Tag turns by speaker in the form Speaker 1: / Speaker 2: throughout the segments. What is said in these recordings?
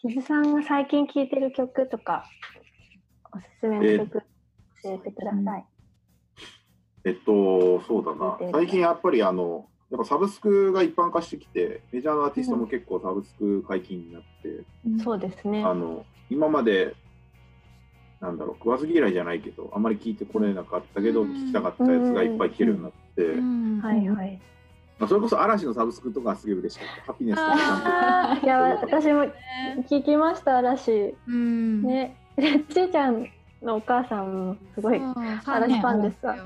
Speaker 1: 木津さんが最近聴いてる曲とか、おすすめの曲教えてください。
Speaker 2: えっと、そうだな、最近やっぱりあの、やっぱサブスクが一般化してきて、メジャーのアーティストも結構サブスク解禁になって、
Speaker 1: そうですね。
Speaker 2: あの今まで、なんだろう、食わず嫌いじゃないけど、あんまり聞いてこれなかったけど、
Speaker 3: うん
Speaker 2: 聞きたかったやつがいっぱい聞けるようになって、
Speaker 1: はいはい。
Speaker 2: まあ、それこそ嵐のサブスクとかすげえ嬉しかった、ハピネスとかちゃん と
Speaker 1: あーいや、私も
Speaker 3: ね
Speaker 1: 聞きました、嵐。
Speaker 3: うん
Speaker 1: ね。ちいちゃんのお母さんもすごい。
Speaker 3: そう
Speaker 1: 嵐ファンですか
Speaker 3: よ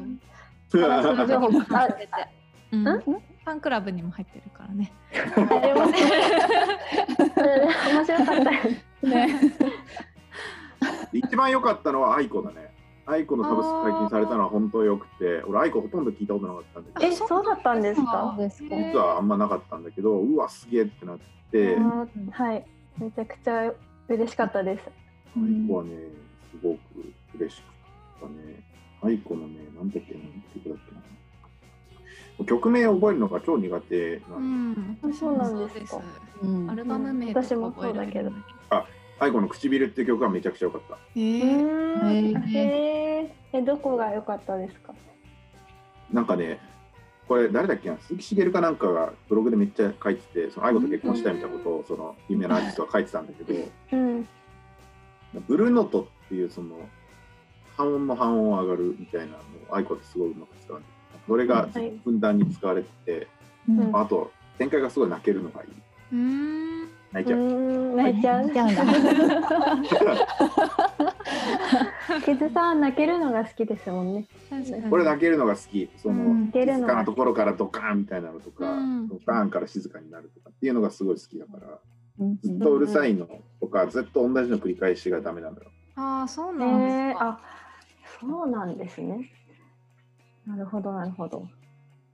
Speaker 1: 嵐の情報あ
Speaker 3: うん
Speaker 1: ん
Speaker 3: ファンクラブにも入ってるからね。
Speaker 1: あれもね、それね面白かったよね。
Speaker 3: ね。
Speaker 2: 一番良かったのはアイコだね。アイコのサブスク解禁されたのは本当良くて、俺アイコほとんど聞いたことなかったんだけ
Speaker 1: え、
Speaker 2: ど、
Speaker 1: そうだったんですか
Speaker 3: そ。う
Speaker 4: ですか
Speaker 3: ね
Speaker 2: 実はあんまなかったんだけど、うわすげえってなって、
Speaker 1: あのはい、めちゃくちゃ嬉しかったです。
Speaker 2: アイコはねすごく嬉しかったね。アイコのねなんだっけなんて曲だっけな。曲名覚えるのが超苦手な
Speaker 3: うん
Speaker 2: で、
Speaker 3: ん
Speaker 1: そうなんですか
Speaker 3: そう
Speaker 4: うん
Speaker 3: アルバム名とか
Speaker 1: うん私も
Speaker 3: 覚えられるんだ
Speaker 2: アイコの唇っていう曲がめちゃくちゃ良かった。
Speaker 3: けど。え
Speaker 1: う
Speaker 3: ー
Speaker 1: ーん
Speaker 4: へー
Speaker 1: へーえ、どこが良かったですか。
Speaker 2: なんかね。これ誰だっけな鈴木茂かなんかがブログでめっちゃ書いててその愛子と結婚したいみたいなことをその有名なアーティストが書いてたんだけど、
Speaker 1: うん。
Speaker 2: ブルーノートっていうその半音の半音上がるみたいなのをアイコってすごいうまく使うんでそれが
Speaker 1: はい
Speaker 2: ふんだんに使われてて、
Speaker 1: うん
Speaker 2: あと展開がすごい泣けるのがいい
Speaker 3: うん。
Speaker 2: 泣いうちゃう、
Speaker 1: ーん、泣いちゃう。
Speaker 4: 泣いちゃ
Speaker 1: キズさん泣けるのが好きですもんね。
Speaker 3: 確か に
Speaker 2: これ泣けるのが好きその、
Speaker 3: うん
Speaker 1: 泣ける
Speaker 2: 静
Speaker 1: の
Speaker 2: か
Speaker 1: が
Speaker 2: なところからドカーンみたいなのとか、
Speaker 3: うん
Speaker 2: ドカーンから静かになるとかっていうのがすごい好きだから
Speaker 4: うん
Speaker 2: ずっとうるさいのとかずっと同じの繰り返しがダメなのよ
Speaker 3: ああ、そう
Speaker 1: え
Speaker 3: なんで
Speaker 1: ー、
Speaker 3: すか。
Speaker 1: あ、そうなんですね。なるほど、なるほど。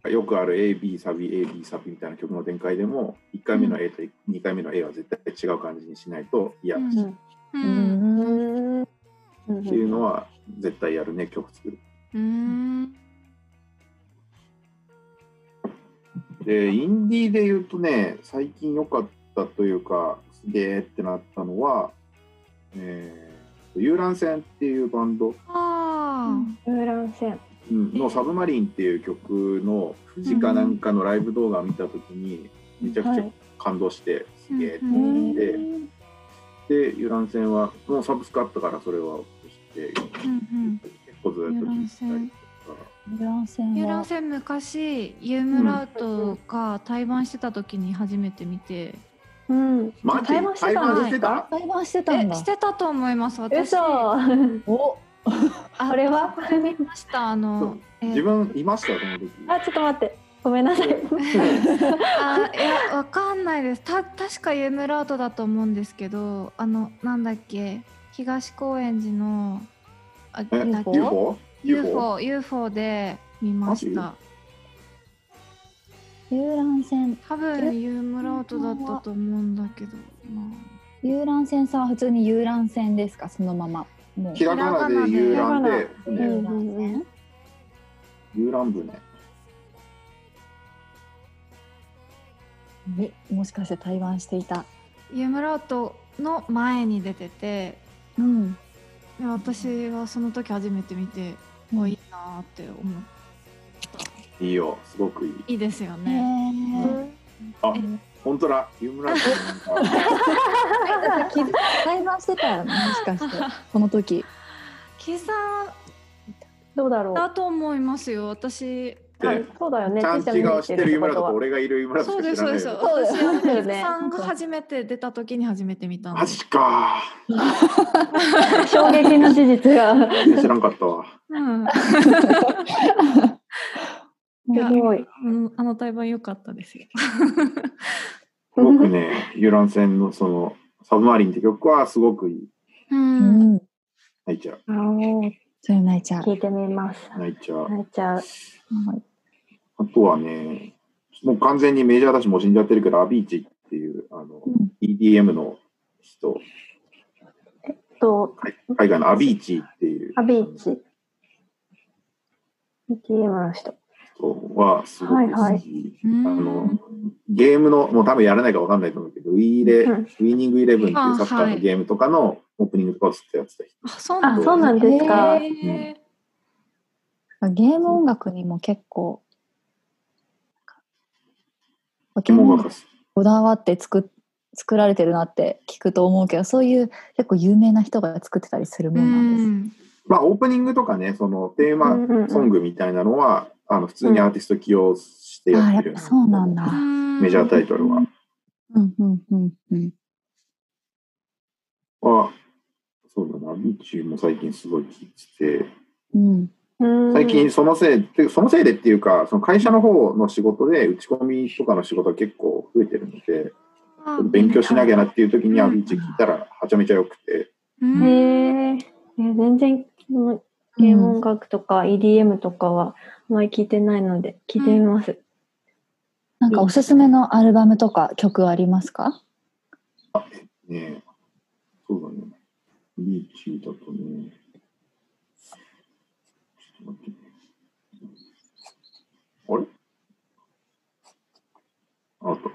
Speaker 2: よくある AB サビ AB サビみたいな曲の展開でも1回目の A と2回目の A は絶対違う感じにしないと嫌だし、
Speaker 3: うんう。
Speaker 4: うん
Speaker 1: うんーん。
Speaker 2: っていうのは絶対やるね曲作る
Speaker 3: うん。
Speaker 2: でインディーで言うとね最近良かったというかすげえってなったのはえー遊覧船っていうバンド
Speaker 3: あ
Speaker 1: 遊覧船。
Speaker 2: うんの「サブマリン」っていう曲の富士かなんかのライブ動画を見た時にめちゃくちゃ感動してすげえって
Speaker 3: う
Speaker 2: 思
Speaker 3: ん
Speaker 2: ってで遊覧船はもうサブスクあったからそれは知って
Speaker 3: あ。うん
Speaker 2: 結構ずっと聴いてたりとか
Speaker 4: 遊覧
Speaker 3: うん。
Speaker 4: 船
Speaker 3: 遊
Speaker 4: は
Speaker 3: 覧船昔ユームラウトが対バンしてた時に初めて見て、
Speaker 1: うん。
Speaker 2: マジ
Speaker 1: 対話してたんです
Speaker 2: 対話
Speaker 1: か。
Speaker 4: 裁判してたん
Speaker 3: え
Speaker 4: だ
Speaker 3: してたと思います私。
Speaker 1: 嘘。
Speaker 4: お
Speaker 3: あ
Speaker 1: これは。
Speaker 3: 見ましたあの、えー
Speaker 2: 自分いましたその時
Speaker 1: あ、ちょっと待って。ごめんなさい。
Speaker 3: あいやわかんないですた確かユームラウトだと思うんですけどあのなんだっけ東高円寺のあ
Speaker 2: え
Speaker 3: なんだっけ
Speaker 2: UFO?
Speaker 3: UFO, UFO で見ました
Speaker 4: 遊覧船
Speaker 3: 多分ユームラウトだったと思うんだけど、ま
Speaker 4: 遊覧船さんは普通に遊覧船ですかそのままもう
Speaker 2: ひらがなで遊覧で
Speaker 1: らがな
Speaker 2: 船
Speaker 4: 遊覧船
Speaker 2: 遊覧船
Speaker 4: えもしかして対バンしていた
Speaker 3: あ、ユームラウトの前に出てて
Speaker 4: うん
Speaker 3: で私はその時初めて見てもういいなーって思う
Speaker 2: いいよすごくいい
Speaker 3: いいですよ
Speaker 4: へ
Speaker 3: ね、
Speaker 4: え
Speaker 2: あ本当だ湯村さんなんか
Speaker 4: 対バンしてたもしかしてこの時
Speaker 3: 計算
Speaker 1: どうだろう。
Speaker 3: だと思いますよ私
Speaker 1: はいそうだよね。
Speaker 2: ちゃん違うしてる湯村
Speaker 1: と
Speaker 2: と俺がいる湯村と
Speaker 3: そう
Speaker 2: し
Speaker 3: で
Speaker 2: か
Speaker 3: す
Speaker 2: 知
Speaker 3: そ
Speaker 2: らない
Speaker 3: うです。
Speaker 2: よ
Speaker 1: そうですそうですよね
Speaker 3: 私は菊さんが初めて出た時に初めて見たん
Speaker 2: マ
Speaker 3: です。
Speaker 2: ジか
Speaker 1: 衝撃の事実が。
Speaker 2: いや知らんかったわ
Speaker 3: うん、
Speaker 1: すごい。
Speaker 3: うんあの対バン良かったですよ。
Speaker 2: 僕ね遊覧船のそのサブマリンって曲はすごくいい
Speaker 3: うん。
Speaker 4: うん
Speaker 2: 泣いちゃう
Speaker 1: あもう
Speaker 4: それ泣いちゃう
Speaker 1: 聞いてみます。
Speaker 2: 泣いちゃう
Speaker 1: 泣いちゃう。
Speaker 4: はい
Speaker 2: あとはねもう完全にメジャーだしもう死んじゃってるけどアビーチっていうあの
Speaker 4: うん
Speaker 2: EDM の人
Speaker 1: と
Speaker 2: 海海外のアビーチっていう
Speaker 1: アビーチ。BTM の人。
Speaker 2: 人はすごく好き、
Speaker 1: はいはい
Speaker 3: うん
Speaker 2: あのゲームの、もう多分やらないか分かんないと思うけど、ウィーレ、
Speaker 1: うん
Speaker 2: ウィーニングイレブンってい
Speaker 3: あ
Speaker 2: うサッカー
Speaker 3: は
Speaker 2: の
Speaker 3: い
Speaker 2: ゲームとかのオープニングとかをずっとやってた人。
Speaker 3: あそうなん
Speaker 1: あ、
Speaker 3: だ
Speaker 1: そうなんですか。
Speaker 3: へー
Speaker 4: ゲーム音楽にも結構なんかゲー
Speaker 2: 肝
Speaker 4: ム
Speaker 2: が
Speaker 4: 音楽こだわって作っ作られてるなって聞くと思うけどそういう結構有名な人が作ってたりする
Speaker 3: う
Speaker 4: もんなんですね。
Speaker 3: ん
Speaker 2: まあ、オープニングとかね、そのテー
Speaker 1: う
Speaker 2: マ
Speaker 1: んうんうん
Speaker 2: ソングみたいなのは、あの普通にアーティスト起用してや
Speaker 4: ああ
Speaker 2: っ
Speaker 4: ーや
Speaker 2: て
Speaker 4: っ
Speaker 2: る、
Speaker 4: ぱそうなんだ。
Speaker 2: メジャータイトルは。
Speaker 4: うんうんうんうん。
Speaker 2: あ、そうだな、ビーチも最近すごい聞いてて、
Speaker 4: うん
Speaker 1: うん
Speaker 2: 最近そのせいで、そのせいでっていうか、その会社の方の仕事で打ち込みとかの仕事が結構増えてるので、勉強しなきゃなっていう時には
Speaker 3: うん
Speaker 2: ビーチ聞いたらはちゃめちゃ良く
Speaker 1: へ
Speaker 2: て、
Speaker 1: え。いや全然そのゲーム音楽とか EDM とかはあまり聞いてないので聞いてみます。
Speaker 4: なんかおすすめのアルバムとか曲ありますか？
Speaker 2: ねえそうだね。ビーチだとね。ちょっと待ってねあれあった。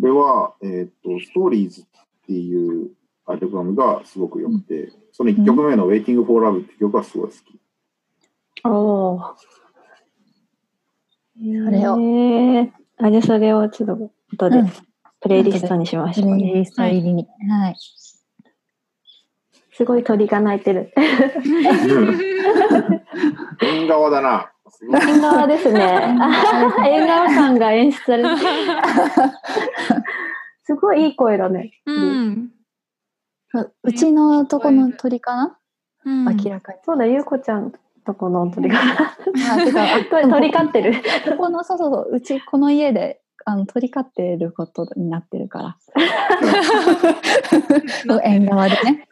Speaker 2: これは、えーっ、と、ストーリーズっていうアルバムがすごく良くて、その1曲目の Waiting for Love って曲がすごい好き。
Speaker 1: おお。あ
Speaker 4: れを
Speaker 1: あ、じゃあそれをちょっと後
Speaker 4: う
Speaker 1: で
Speaker 4: ん
Speaker 1: プレイリストにしまし
Speaker 4: プ
Speaker 1: ょう
Speaker 4: レイ
Speaker 1: ね。
Speaker 4: リスト入りに。はい。
Speaker 1: すごい鳥が鳴いてる。
Speaker 2: 縁側だな。すごい
Speaker 1: 縁側ですね。あ縁側感が演出されてる。 すごいいい声だね。
Speaker 3: うん
Speaker 4: ううちのとこの鳥かな？
Speaker 3: うん
Speaker 4: 明 らかに。
Speaker 1: そうだ、ゆうこちゃんとこの鳥 が。
Speaker 4: あてかあ
Speaker 1: 鳥鳥飼って る。
Speaker 4: ここのそうそうそううちこの家であの鳥飼ってることになってるか ら縁側でね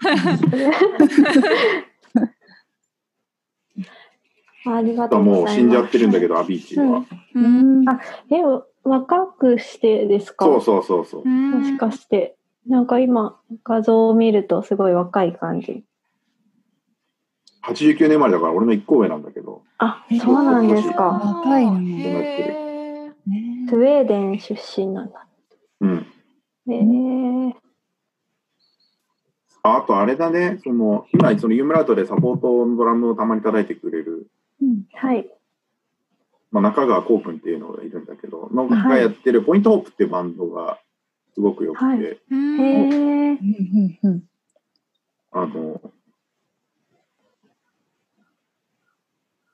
Speaker 1: ありがとうござい
Speaker 2: も
Speaker 1: ま
Speaker 2: う
Speaker 1: す。
Speaker 2: 死んじゃってるんだけど、アビーチは。
Speaker 3: う
Speaker 4: うんん
Speaker 1: あえ、若くしてですか
Speaker 2: そうそうそうそう。
Speaker 1: もしかして。なんか今、画像を見るとすごい若い感じ。
Speaker 2: 89年生まれだから俺の1個上なんだけど。
Speaker 1: あ、そうなんですか。
Speaker 4: 若い
Speaker 3: へ
Speaker 4: ね
Speaker 3: ー
Speaker 4: ね
Speaker 1: スウェーデン出身なんだ。
Speaker 2: うん。
Speaker 1: へえ。
Speaker 2: ああとあれだね、その今、そのユームラウトでサポートのドラムをたまに叩いてくれる、
Speaker 4: うん
Speaker 1: はい。
Speaker 2: まあ、中川こうくんっていうのがいるんだけど、の
Speaker 1: はい
Speaker 2: がやってるポイントホープっていうバンドがすごくよくて、
Speaker 1: はいへ
Speaker 3: うん
Speaker 1: え。
Speaker 4: うんうんうん
Speaker 2: あの、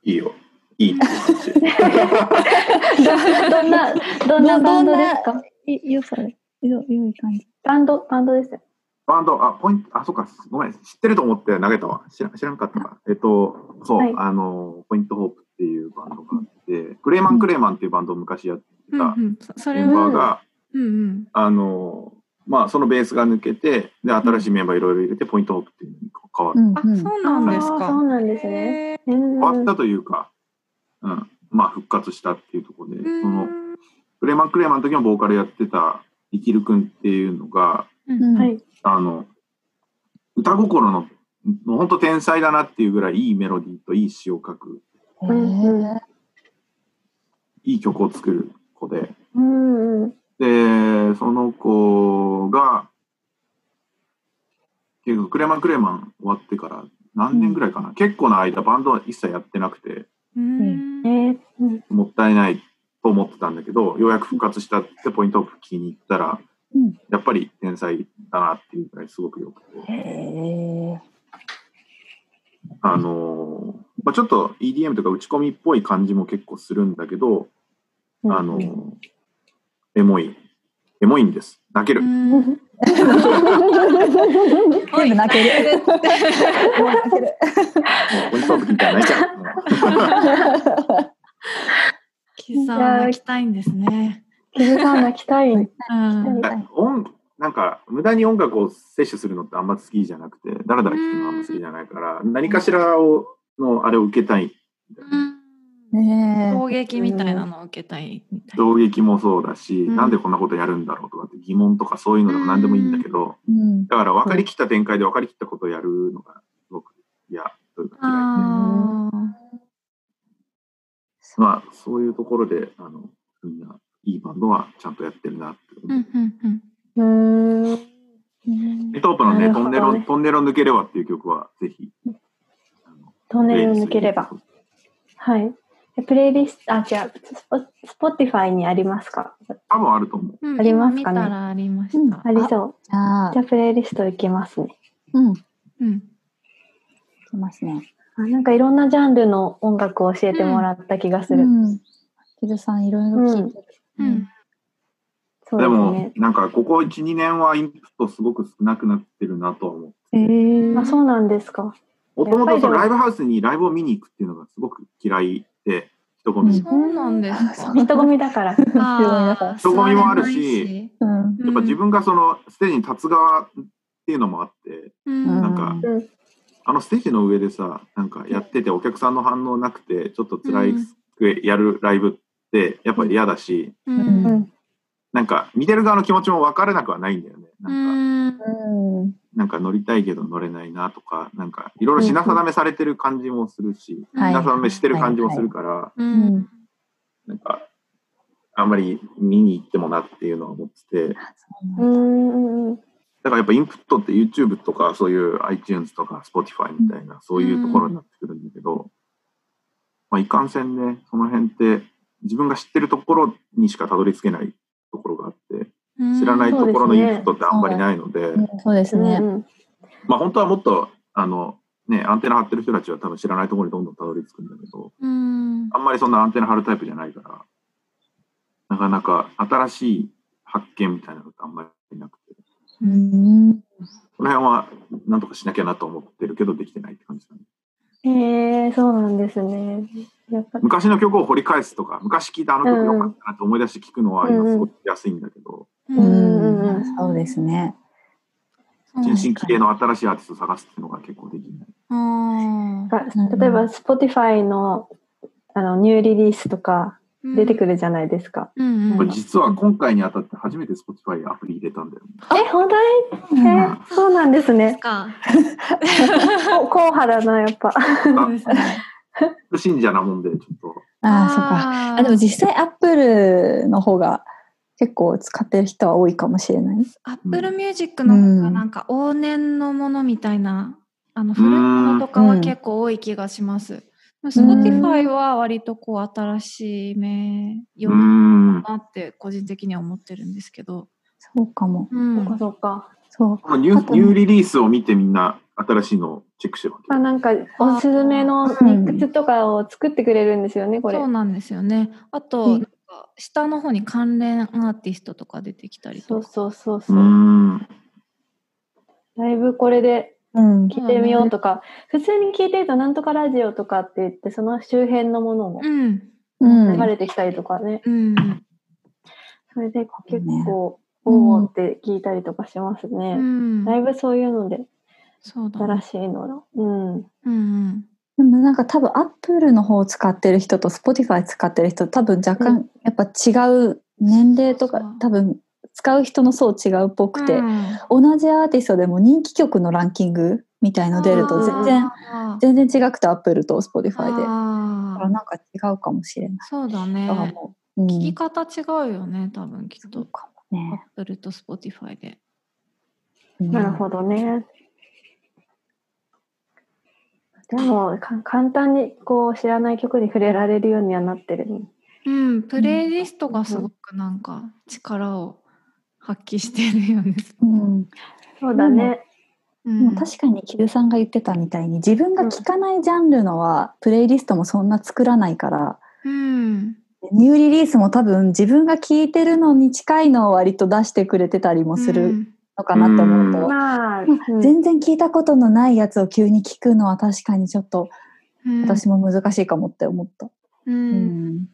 Speaker 2: いいよ、いいっていう 感じ。
Speaker 1: どんな、どんなバンドですか
Speaker 4: いよさよよい感じ
Speaker 1: バンド、バンドですよ。
Speaker 2: バンド、あ、ポイント、あ、そっか、ごめん、知ってると思って投げたわ。知ら知らんかったか。えっと、そう、
Speaker 1: はい
Speaker 2: あの、ポイントホープっていうバンドがあって、クレイマンクレイマンっていうバンドを昔やって
Speaker 3: うん
Speaker 2: た
Speaker 3: うんそそ
Speaker 2: メ
Speaker 3: れ
Speaker 2: ンバ
Speaker 3: は
Speaker 2: ーが、
Speaker 3: うんうん
Speaker 2: あのまあそのベースが抜けてで新しいメンバーいろいろ入れてポイントオープンっていうのに変わる、
Speaker 4: うん
Speaker 3: あ
Speaker 4: うん
Speaker 3: そうなんで
Speaker 1: あー
Speaker 3: す
Speaker 1: そ
Speaker 3: か
Speaker 1: うなんですね。
Speaker 3: へー
Speaker 1: 変
Speaker 2: 変わったというか、うん、まあ復活したっていうところで、
Speaker 3: うん
Speaker 2: そのクレーマンクレーマンの時のボーカルやってたいきるくんっていうのが
Speaker 4: うん
Speaker 1: はい。
Speaker 2: あの歌心のもう本当天才だなっていうぐらいいいメロディーといい詩を書く
Speaker 1: うん
Speaker 4: へ
Speaker 2: いい曲を作る子で
Speaker 1: うんうん。
Speaker 2: でその子が結構クレーマンクレーマン終わってから何年ぐらいかな、結構な間バンドは一切やってなくて
Speaker 3: うん
Speaker 1: えー、うん
Speaker 2: もったいないと思ってたんだけどようやく復活したってポイントオフ気に入ったら、
Speaker 4: うん
Speaker 2: やっぱり天才だなっていうぐらいすごくよくて
Speaker 4: えへ
Speaker 2: あのーまあ、ちょっと EDM とか打ち込みっぽい感じも結構するんだけど、あのーエモいエモいんです泣ける、
Speaker 3: うん
Speaker 4: 全部泣ける
Speaker 2: もうポイントオフ聞いたら泣いちゃう。もう
Speaker 3: キさんは泣きたいんですね。
Speaker 1: 傷が泣きたい。
Speaker 3: うん
Speaker 4: はい
Speaker 2: あ音なんか無駄に音楽を摂取するのってあんま好きじゃなくてだらだら聴くのあんま好きじゃないから何かしらをのあれを受けたい
Speaker 4: ね
Speaker 3: 攻撃みたいなのを受けたいみたいな。
Speaker 2: 衝撃もそうだし、
Speaker 3: うん
Speaker 2: なんでこんなことやるんだろうとかって疑問とかそういうのでも何でもいいんだけど、
Speaker 4: えうん
Speaker 2: だから分かりきった展開で分かりきったことをやるのがすごく嫌というか嫌い
Speaker 3: あー
Speaker 2: まあそういうところであのみんいいバンドはちゃんとやってるなって
Speaker 3: う
Speaker 2: 思う。
Speaker 3: んうんうん。
Speaker 1: うん。
Speaker 4: うん
Speaker 2: エトープの
Speaker 1: な
Speaker 2: ね
Speaker 1: る
Speaker 2: ト
Speaker 1: ほど
Speaker 2: ンネ
Speaker 1: ね
Speaker 2: ルを、トンネルを抜ければっていう曲は、ぜひ。あの
Speaker 1: トンネルを抜ければ。。はい。でプレイリスト、あ、違う、スポスポティファイにありますか
Speaker 2: 多分あると思う。
Speaker 3: うん
Speaker 1: ありますかね
Speaker 3: 今見たらありまし
Speaker 4: うん
Speaker 3: た
Speaker 1: あ。りそう。
Speaker 4: じゃあ
Speaker 1: じゃ、あプレイリストいきますね。
Speaker 4: うん、来
Speaker 3: うん。
Speaker 4: ますね。
Speaker 1: あなんかいろんなジャンルの音楽を教えてもらった気がする。
Speaker 4: うん。ヒルさんいろいろ聞いてる。
Speaker 3: うん。
Speaker 1: そう
Speaker 2: で
Speaker 1: です
Speaker 2: も
Speaker 1: ね、。
Speaker 2: なんか、ここ1、2年はインプットすごく少なくなってるなとは思う。
Speaker 1: えー、あそうなんですか。
Speaker 2: もと
Speaker 1: や
Speaker 2: もと
Speaker 1: っぱりでも
Speaker 2: ライブハウスにライブを見に行くっていうのがすごく嫌いで、人混み。
Speaker 4: うん
Speaker 3: そうなんですか。
Speaker 4: そう
Speaker 1: 人混みだから。
Speaker 3: あー
Speaker 2: 人混みもあるし。
Speaker 4: うん。
Speaker 2: やっぱ自分がそのステージに立つ側っていうのもあって、
Speaker 3: うん
Speaker 2: なんか
Speaker 1: うん。
Speaker 2: あのステージの上でさ、なんかやっててお客さんの反応なくて、ちょっと辛いくやるライブって、やっぱり嫌だし、
Speaker 3: う。
Speaker 1: うんん。
Speaker 2: なんか見てる側の気持ちも分からなくはないんだよね。なんか、
Speaker 3: うん
Speaker 4: うん。
Speaker 2: なんか乗りたいけど乗れないなとか、なんかいろいろ品定めされてる感じもするし、
Speaker 4: はい
Speaker 2: 品定めしてる感じもするから、
Speaker 3: うん
Speaker 2: なんか、あんまり見に行ってもなっていうのは思ってて、
Speaker 4: あそうなん
Speaker 1: う
Speaker 4: だ
Speaker 1: ん。うん
Speaker 2: だからやっぱインプットって YouTube とかそういう iTunes とか Spotify みたいな、そういうところになってくるんだけど、まあ、いかんせんね、その辺って自分が知ってるところにしかたどり着けないところがあって、
Speaker 3: うん
Speaker 2: 知らないところ
Speaker 1: そ
Speaker 2: の
Speaker 1: う
Speaker 2: イ
Speaker 1: です
Speaker 2: ン
Speaker 1: ね
Speaker 2: プットってあんまりないので、
Speaker 4: うんそうです
Speaker 1: う
Speaker 4: ね。
Speaker 1: ん。
Speaker 2: まあ本当はもっと、あの、ね、アンテナ張ってる人たちは多分知らないところにどんどんたどり着くんだけど、
Speaker 3: うん
Speaker 2: あんまりそんなアンテナ張るタイプじゃないから、なかなか新しい発見みたいなのってあんまりなくて、
Speaker 4: うん。
Speaker 2: この辺はなんとかしなきゃなと思ってるけどできてないって感じだね。
Speaker 1: えー、そうなんですね。やっぱ
Speaker 2: 昔の曲を掘り返すとか、昔聴いたあの曲良かったなと思い出して聴くのは
Speaker 1: うん
Speaker 2: 今すごい聞きやすいんだけど、
Speaker 3: う
Speaker 4: うん
Speaker 1: うんうん
Speaker 4: んそうですね。
Speaker 3: そう
Speaker 2: 全身規定の新しいアーティストを探すっていうのが結構できない。
Speaker 3: あー
Speaker 1: が例えば Spotify のあのニューリリースとか出てくるじゃないですか。
Speaker 3: うんうん
Speaker 2: これ実は今回にあたって初めて Spotify アプリ入れたんだよね。
Speaker 1: え、本当に、えーそうなんです ね。
Speaker 3: か。
Speaker 1: こ硬派だな、やっぱ。
Speaker 2: 信者なもんで、ちょっと。
Speaker 4: ああ、そっか。
Speaker 3: あー
Speaker 4: あでも実際アップルの方が結構使ってる人は多いかもしれない。
Speaker 3: アップルミュージックの方がなんか往年のものみたいな、あの古いものとかは結構多い気がします。スポティファイは割とこう新しめ
Speaker 2: う
Speaker 3: よ
Speaker 2: ー。
Speaker 3: なんって個人的には思ってるんですけど。
Speaker 4: そうかも。
Speaker 3: う
Speaker 1: そ
Speaker 3: ん
Speaker 1: っかそっか。
Speaker 4: そう。
Speaker 2: このニュ
Speaker 4: あ
Speaker 2: ー
Speaker 4: と
Speaker 2: ニューリリースを見てみんな新しいのをチェックしてるわけ。
Speaker 1: まあなんか、おすすめのミックスとかを作ってくれるんですよね、これ。
Speaker 3: そうなんですよね。あと、
Speaker 4: う
Speaker 3: な
Speaker 4: ん
Speaker 3: んか下の方に関連アーティストとか出てきたり
Speaker 1: そ
Speaker 3: と
Speaker 1: う
Speaker 3: か。
Speaker 1: そうそう
Speaker 2: う
Speaker 1: そ
Speaker 2: ー
Speaker 1: う。
Speaker 2: ん。
Speaker 1: だいぶこれで
Speaker 4: うん。
Speaker 1: 聞いてみようとか、普通に聞いてると、なんとかラジオとかって言って、その周辺のものも
Speaker 3: うん。
Speaker 4: うん。
Speaker 1: 流れてきたりとかね。
Speaker 3: うん。
Speaker 1: それで結構、
Speaker 4: うん
Speaker 1: おーって聞いたりとかします
Speaker 3: う
Speaker 1: ね。
Speaker 3: ん。
Speaker 1: だいぶそういうので、
Speaker 3: そうだ
Speaker 1: 新
Speaker 3: ね。
Speaker 1: しいのだ。うん。
Speaker 3: うん
Speaker 4: でもなんか多分アップルの方を使ってる人と Spotify 使ってる人多分若
Speaker 1: う
Speaker 4: 干やっぱ違う年齢と
Speaker 3: そうそ
Speaker 4: か
Speaker 3: う
Speaker 4: 多分使う人の層違うっぽ
Speaker 3: う
Speaker 4: く
Speaker 3: ん。
Speaker 4: て、同じアーティストでも人気曲のランキングみたいの出ると全然
Speaker 3: あー、
Speaker 4: 全然違くてアップルと Spotify で。だ
Speaker 3: あ
Speaker 4: から
Speaker 3: ー
Speaker 4: なんか違うかもしれない。
Speaker 3: そうだ
Speaker 4: だ
Speaker 3: ね。
Speaker 4: からもう、うん、
Speaker 3: 聞き方違うよね、多分きっ
Speaker 4: そう
Speaker 3: と。
Speaker 4: か
Speaker 3: ア
Speaker 4: も
Speaker 3: ッ
Speaker 4: ね。
Speaker 3: プルとスポティファイで。
Speaker 1: なるほどね。でもか簡単にこう知らない曲に触れられるようにはなってるね。
Speaker 3: うん、プレイリストがすごくなんか力を発揮してるよね。
Speaker 4: ど。うん
Speaker 1: そうだね。
Speaker 3: うん
Speaker 4: もう確かにキルさんが言ってたみたいに自分が聴かないジャンルのはプレイリストもそんな作らないから
Speaker 3: うん。
Speaker 4: ニューリリースも多分自分が聴いてるのに近いのを割と出してくれてたりもす
Speaker 3: う
Speaker 4: る
Speaker 3: ん
Speaker 4: のかなと思うと、
Speaker 1: まあ、
Speaker 4: まあ
Speaker 1: うん
Speaker 4: 全然聞いたことのないやつを急に聞くのは確かにちょっと
Speaker 3: うん
Speaker 4: 私も難しいかもって思った。
Speaker 3: う。
Speaker 4: うんん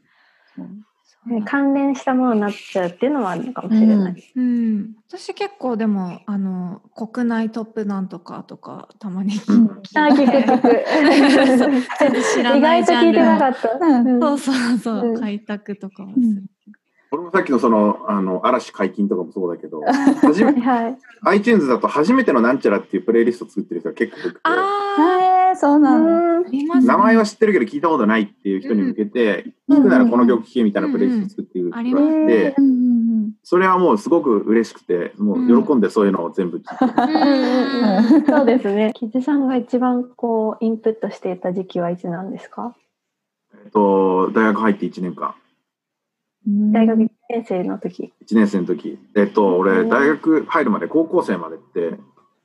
Speaker 3: そうだね
Speaker 1: 関連したものになっちゃうっていうのはあるのかもしれない。
Speaker 3: うん、私結構でもあの国内トップなんとかとかたまに聞
Speaker 2: うん
Speaker 3: いて
Speaker 1: あ、聞く聞 く。
Speaker 3: 全部知ら
Speaker 1: 意外
Speaker 3: ない
Speaker 1: と
Speaker 3: ジャ
Speaker 1: 聞
Speaker 3: ン
Speaker 1: いて
Speaker 3: ル
Speaker 1: な
Speaker 3: の
Speaker 1: かった。
Speaker 4: うん
Speaker 1: うん
Speaker 3: そうそうそう、
Speaker 1: うん
Speaker 3: 開拓とかもする、
Speaker 2: 俺もさっきのその、あの、嵐解禁とかもそうだけ ど、初め
Speaker 1: はい。
Speaker 2: iTunes だと初めてのなんちゃらっていうプレイリスト作ってる人が結構多くて、
Speaker 3: あ
Speaker 4: へえそうなの、
Speaker 1: うん
Speaker 3: りますね
Speaker 2: 名前は知ってるけど聞いたことないっていう人に向けて、
Speaker 4: うん
Speaker 2: 聞くならこの曲聴けみたいなプレイリスト作っている
Speaker 3: うんうん
Speaker 2: 人がいて、
Speaker 4: うんうんうん
Speaker 2: それはもうすごく嬉しくて、もう喜んでそういうのを全部聞いて、
Speaker 3: うん
Speaker 1: そうです ね。キズさんが一番こうインプットしていた時期はいつなんですか？
Speaker 2: えっと、大学入って1年間、
Speaker 4: うん
Speaker 1: 大学1年生の時。
Speaker 2: 1年生の時、えっと、
Speaker 1: う
Speaker 2: 俺、
Speaker 1: ん
Speaker 2: 大学入るまで、高校生までって、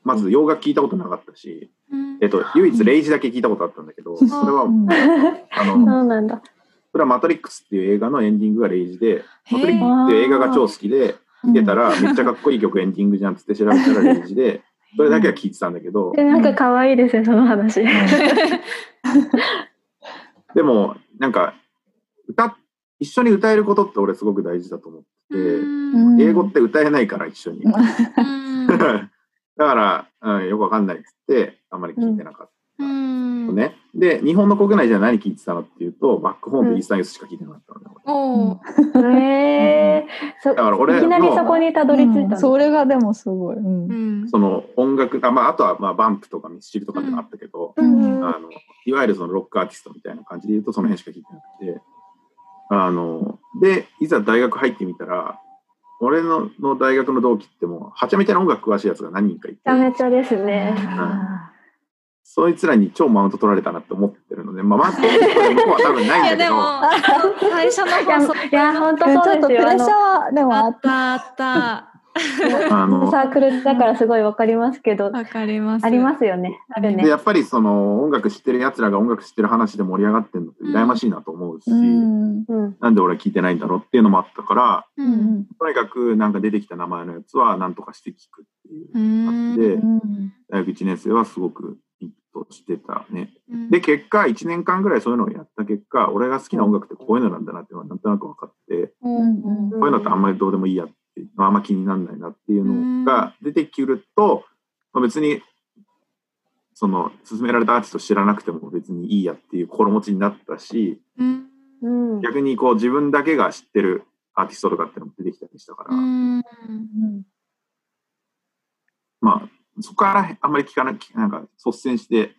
Speaker 2: まず洋楽聞いたことなかったし、
Speaker 3: うん
Speaker 2: えっと、唯一レイジだけ聞いたことあったんだけど、それは、
Speaker 4: うん
Speaker 2: あ
Speaker 1: そ
Speaker 2: の、
Speaker 1: うなんだ。
Speaker 2: それはマトリックスっていう映画のエンディングがレイジで、マトリッ
Speaker 1: へ
Speaker 2: クスっていう映画が超好きで、見てたら、めっちゃかっこいい曲エンディングじゃんっつって調べたらレイジで、 それだけは聞いてたんだけど、
Speaker 1: でなんか可愛いですねその話。
Speaker 2: でも、なんか、歌、一緒に歌えることって俺すごく大事だと思ってて、
Speaker 3: うん
Speaker 2: 英語って歌えないから一緒 に。だ
Speaker 3: うん
Speaker 2: から、うんよくわかんないっつって、あんまり聞いてなかっ
Speaker 3: うん
Speaker 2: たね。で、日本の国内じゃ何聞いてたのっていうと、バックホームでイースタンユースしか聞いてなかったのよ。
Speaker 3: おー
Speaker 1: ええそ
Speaker 2: だから俺
Speaker 1: いきなりそこにたどり着いたん
Speaker 4: う
Speaker 1: で
Speaker 4: ん
Speaker 1: す
Speaker 4: それがでもすごい。うん
Speaker 3: うん
Speaker 2: その音楽、あまあ、あとはまあバンプとかミスチルとかでもあったけど、
Speaker 1: うんうん
Speaker 2: あのいわゆるそのロックアーティストみたいな感じで言うとその辺しか聞いてなくてあのでいざ大学入ってみたら俺のの大学の同期ってもうはちゃめちゃな音楽詳しいやつが何人かい
Speaker 1: めちゃめ
Speaker 2: て
Speaker 1: ちゃですね。
Speaker 2: そいつらに超マウント取られたなって思ってるので、まあ、 マウント取られることは多分ない
Speaker 3: い
Speaker 2: んだ
Speaker 3: や
Speaker 2: け
Speaker 3: で
Speaker 2: ど
Speaker 3: も 最初の
Speaker 1: いや
Speaker 3: 放送
Speaker 1: いや本当
Speaker 4: えちょっ
Speaker 1: そう
Speaker 4: とプ
Speaker 1: で
Speaker 4: レ
Speaker 1: すよ。あ
Speaker 4: ッシャー
Speaker 1: の
Speaker 4: はでも
Speaker 3: あ
Speaker 4: あ
Speaker 3: っ
Speaker 4: った
Speaker 3: あった
Speaker 2: あの
Speaker 1: サークルだからすごいわかりますけど、
Speaker 3: わかります
Speaker 1: ありますすよね。ある
Speaker 2: で
Speaker 1: ね。
Speaker 2: やっぱりその音楽知ってるやつらが音楽知ってる話で盛り上がってるのって羨ましいなと思うし、
Speaker 4: た。うん
Speaker 1: うん。
Speaker 2: なんで俺は聞いてないんだろうっていうのもあったから
Speaker 3: う
Speaker 4: うんん
Speaker 2: とにかくなんか出てきた名前のやつは何とかして聞くっていう
Speaker 3: うん
Speaker 2: で
Speaker 4: うん
Speaker 2: 大学1年生はすごくインプットしてたね。
Speaker 3: うん
Speaker 2: で、結果、1年間ぐらいそういうのをやった結果、俺が好きな音楽ってこういうのなんだなっていうのはなんとなく分かって、
Speaker 3: う
Speaker 4: うんん
Speaker 2: こういうのってあんまりどうでもいいやって、あんま気にならないなっていうのが出てくると、まあ別に、その、勧められたアーティスト知らなくても別にいいやっていう心持ちになったし、
Speaker 3: うん
Speaker 1: うん。
Speaker 2: 逆にこう自分だけが知ってるアーティストとかっていうのも出てきたりしたから、
Speaker 3: うん
Speaker 4: うん
Speaker 2: まあ、そこからあんまり聞かなきなんか率先して、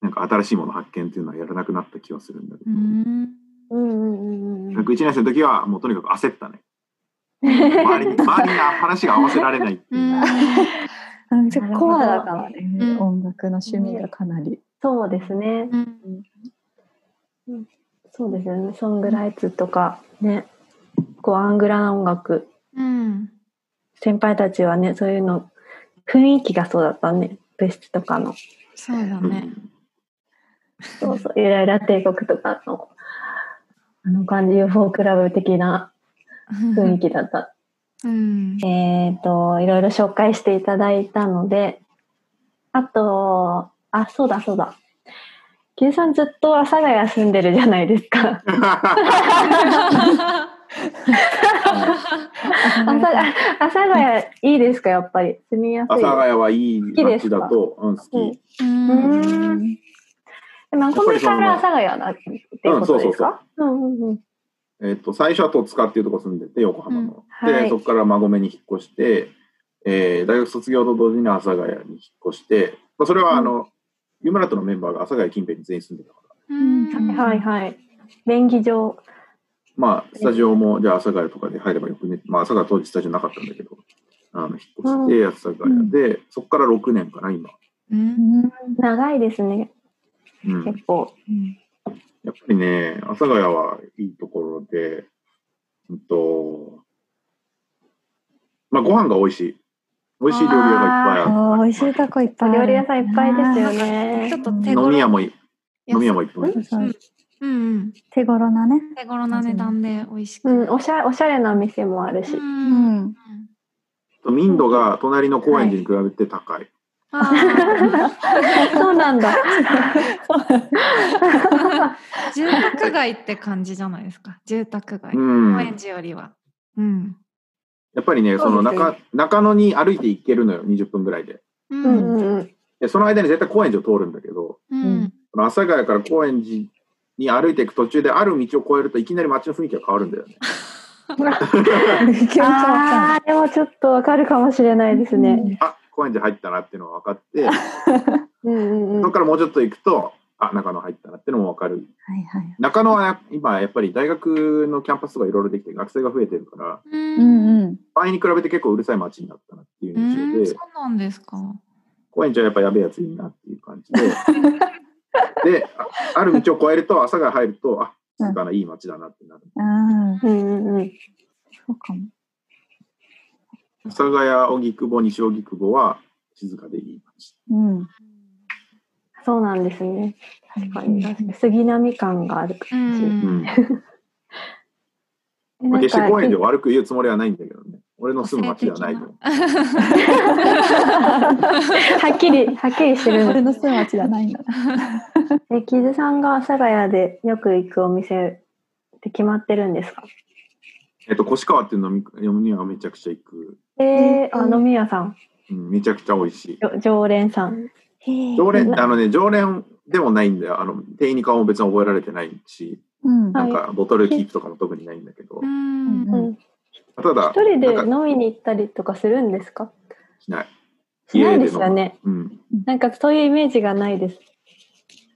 Speaker 2: なんか新しいもの発見っていうのはやらなくなった気はするんだけ
Speaker 3: う
Speaker 2: ど、
Speaker 3: ん
Speaker 1: うんうんうんうん。
Speaker 2: 学1年生の時はもうとにかく焦ったね。周 りに、周りに話が合わせられないって
Speaker 3: う
Speaker 2: い
Speaker 3: ん
Speaker 2: う。
Speaker 4: うんちょっとコアだから
Speaker 3: なる
Speaker 4: ね
Speaker 3: ほど
Speaker 4: 音楽の趣味がかなり。
Speaker 1: そうですね。
Speaker 3: うん
Speaker 1: そうですよね。ソングライツとかね、こうアングラな音楽。
Speaker 3: うん
Speaker 1: 先輩たちはね、そういうの、雰囲気がそうだったね。部室とかの。
Speaker 3: そうだ
Speaker 2: うん
Speaker 3: ね
Speaker 1: そうそう。ゆらゆら帝国とかの、あの感じ、UFO クラブ的な雰囲気だった。
Speaker 3: うん
Speaker 1: えっと、いろいろ紹介していただいたので、あと、あ、そうだそうだ。キさんずっと阿佐ヶ谷住んでるじゃないですか。阿佐ヶ阿佐ヶ谷いいですか、やっぱり。住みやす
Speaker 2: 阿
Speaker 1: い。
Speaker 2: 佐ヶ谷はいい
Speaker 1: きです
Speaker 2: 街
Speaker 1: か
Speaker 2: だと、うん、好き。
Speaker 1: うん
Speaker 3: うん
Speaker 1: うーん。で、マコミから阿佐ヶ谷だっていうことですか。うんうんうん。
Speaker 2: えっと、最初は戸塚っていうとこ住んでて、横浜の。
Speaker 1: うんは
Speaker 2: で、
Speaker 1: い
Speaker 2: そこから馬込に引っ越して、えー大学卒業と同時に阿佐ヶ谷に引っ越して、まあ、それはあの、ユムラトのメンバーが阿佐ヶ谷近辺に全員住んでたから。
Speaker 3: うん
Speaker 1: はいはい。便宜上。
Speaker 2: まあ、スタジオも、じゃあ、阿佐ヶ谷とかで入ればよくね。まあ、阿佐ヶ谷当時スタジオなかったんだけど、あの、引っ越して、阿佐ヶ谷で、そこから6年かな、今。
Speaker 3: うん
Speaker 1: 長いですね。
Speaker 2: うん。やっ
Speaker 1: 結構。
Speaker 2: ぱりね、阿佐ヶ谷はいいところで、うんと、まあ、ご飯が美味しい。美味しい料理屋がいっぱいあ
Speaker 4: ああ美味しいとこいっぱいある。
Speaker 1: 料理屋さんいっぱいですよ
Speaker 3: ちょ
Speaker 1: ね。
Speaker 3: っと
Speaker 2: る。
Speaker 3: 手
Speaker 2: 飲
Speaker 3: 頃
Speaker 2: み屋もいい。飲み屋もいっぱいある。
Speaker 4: そうそう
Speaker 3: うんうん
Speaker 4: 手頃なね。
Speaker 3: 手頃な値段で美味しく
Speaker 1: うん、おしゃ、おしゃれな店もあるし
Speaker 3: う。
Speaker 4: うんん。
Speaker 2: と民度が隣の高円寺に比べて高い。
Speaker 3: あー
Speaker 1: そうなんだ。
Speaker 3: 住宅街って感じじゃないですか住宅街
Speaker 2: うん。
Speaker 3: 高円寺よりはうん
Speaker 2: やっぱりね、そ
Speaker 1: そ
Speaker 2: の
Speaker 1: う
Speaker 2: 中、中野に歩いて行けるのよ、20分ぐらいで。
Speaker 1: う
Speaker 3: う
Speaker 1: んんうん
Speaker 2: で、その間に絶対高円寺を通るんだけど、
Speaker 3: うん
Speaker 2: この阿佐ヶ谷から高円寺に歩いていく途中である道を越えるといきなり街の雰囲気が変わるんだよね。
Speaker 1: うん。
Speaker 4: 気持ちわか
Speaker 1: ああ、でもちょっとわかるかもしれないですね。
Speaker 2: あ高円寺入ったなっていうのが分かって、
Speaker 1: うんうん
Speaker 2: そ
Speaker 1: うん
Speaker 2: こからもうちょっと行くと、あ、中野入ったなってのもわかる。
Speaker 4: はいはい。
Speaker 2: 中野は今やっぱり大学のキャンパスとかいろいろできて学生が増えてるから、
Speaker 3: う
Speaker 4: うんうん。
Speaker 2: 前に比べて結構うるさい街になったなっていう印
Speaker 3: ん、
Speaker 2: 象で
Speaker 3: そう、なんですか。
Speaker 2: 高円寺はやっぱやべえやついいなっていう感じ で、で、あある道を越えると、朝が入ると、あ、だからいい街だなってなる。
Speaker 4: ああ、
Speaker 1: うんうんうん
Speaker 4: そうかも。
Speaker 2: 阿佐ヶ谷、荻窪、西荻窪は静かでいい街。
Speaker 4: うん。
Speaker 1: そうなんですね。確かに、
Speaker 4: うん
Speaker 1: 確かに杉並感がある
Speaker 3: う
Speaker 1: 感じ。
Speaker 2: うんん。
Speaker 1: え
Speaker 2: ま
Speaker 1: な
Speaker 2: あ、
Speaker 1: ん
Speaker 2: 決して高円寺
Speaker 1: か
Speaker 2: を悪く言うつもりはないんだけどね。俺の住む街ではないと思う。
Speaker 1: はっきり、はっきりしてるん
Speaker 4: 俺
Speaker 1: で
Speaker 4: の
Speaker 1: す。
Speaker 4: 住む町じゃないんだ。
Speaker 1: え、キズさんが阿佐ヶ谷でよく行くお店って決まってるんですか
Speaker 2: えっと、越川っていう飲み飲み屋がめちゃくちゃ行く。
Speaker 1: えー、
Speaker 4: う
Speaker 1: あ
Speaker 4: ん
Speaker 1: 飲み屋さん、
Speaker 2: うん、めちゃくちゃ美味しい
Speaker 1: じ。ょ常連さん。
Speaker 2: 常連、
Speaker 1: な
Speaker 2: あのね、常連でもないんだよ。あの、店員に顔も別に覚えられてないし、
Speaker 4: うん。
Speaker 2: なんかボトルキープとかも特にないんだけど
Speaker 1: う
Speaker 3: う、ん
Speaker 4: うん
Speaker 1: ん、
Speaker 2: ただ、
Speaker 1: 一人で
Speaker 2: なんか
Speaker 1: 飲みに行ったりとかするんですか
Speaker 2: しない。
Speaker 1: しないですよね。
Speaker 2: うん。
Speaker 1: なんかそういうイメージがないです。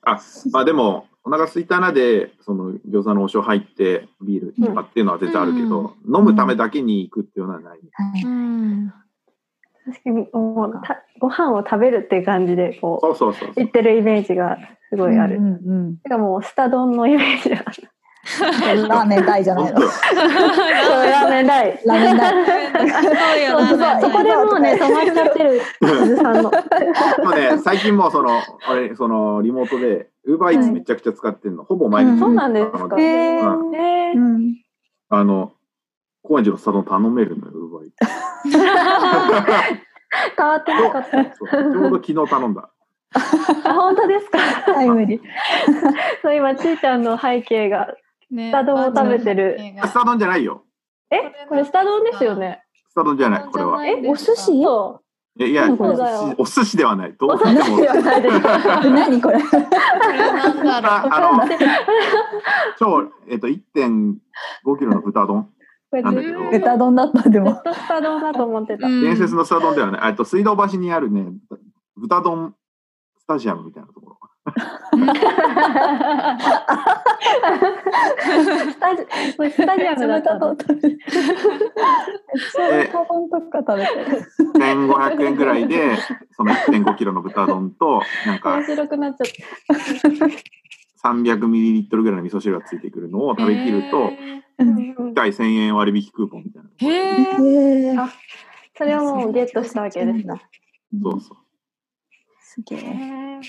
Speaker 2: あ、まあでも、お腹空いたなで、その餃子の王将入って、ビールとかっていうのは絶対あるけど、飲むためだけに行くっていうのはない。
Speaker 4: はい
Speaker 3: うん
Speaker 1: 確かにもうたご飯を食べるっていう感じで
Speaker 2: そ
Speaker 1: こ
Speaker 2: うそうそう
Speaker 1: う
Speaker 2: そう
Speaker 1: 行。ってるイメージがすごいある。
Speaker 4: うんうん
Speaker 1: てかもうスタ丼のイメー ジが。
Speaker 4: うん。ラーメン大じゃな
Speaker 2: 本
Speaker 4: い
Speaker 2: 当
Speaker 4: の。
Speaker 2: よ
Speaker 1: ラーメン大。
Speaker 4: ラーメン大。
Speaker 3: そうよ
Speaker 1: そう
Speaker 3: な
Speaker 1: そうそこでもうね染まっちゃってる鈴さんの。
Speaker 2: でもね、最近もうその、俺、その、リモートで、ウーバーイーツめちゃくちゃ使ってんの、ほぼ毎
Speaker 4: うん
Speaker 2: 日。
Speaker 1: そうなんですか。
Speaker 2: うん
Speaker 1: えーえー
Speaker 4: ん。
Speaker 2: あの、高円寺のサドン頼めるのよ、ウーバーイーツ。
Speaker 1: 変わってなかった。
Speaker 2: そうちょうど昨日頼んだ。
Speaker 1: あ本当ですか。
Speaker 4: タイムリー。
Speaker 1: そう今ちーちゃんの背景が
Speaker 3: ね
Speaker 1: スタ丼を食べてる
Speaker 2: スタ丼じゃないよ。
Speaker 1: えこれスタ丼ですよね。
Speaker 2: スタ丼じゃない、これは。
Speaker 4: え、お寿司
Speaker 1: そ
Speaker 2: いやいや、
Speaker 1: そう
Speaker 2: お
Speaker 1: だ
Speaker 2: 寿
Speaker 1: よ
Speaker 2: 司お寿司ではない。どう考えても
Speaker 1: う。ない です。
Speaker 4: 何これ。
Speaker 3: これなんだろう
Speaker 2: あの、超、えっと、1.5キロの豚丼。
Speaker 1: これ
Speaker 2: なん
Speaker 1: ず
Speaker 2: だ
Speaker 1: っ
Speaker 2: けど
Speaker 4: 豚丼だった、でも。
Speaker 1: とスタ丼だと思ってた。
Speaker 3: うん
Speaker 2: 伝説のスタ丼ではない。えっと、水道橋にあるね、豚丼スタジアムみたいなところ。
Speaker 1: スタジこれスタジ アムだった
Speaker 4: 豚
Speaker 1: の
Speaker 4: 丼。食べる。めっちゃ豚丼とか食べてる。
Speaker 2: 1500円ぐらいで、その1.5キロの豚丼と、なんか
Speaker 1: 面白くなっちゃった。
Speaker 2: 300ミリリットルぐらいの味噌汁がついてくるのを食べきると、1回1000円割引クーポンみたいな。
Speaker 3: へえ
Speaker 4: へえ
Speaker 1: あそれをもうゲットしたわけですね。
Speaker 2: そうそう。
Speaker 4: すげえ。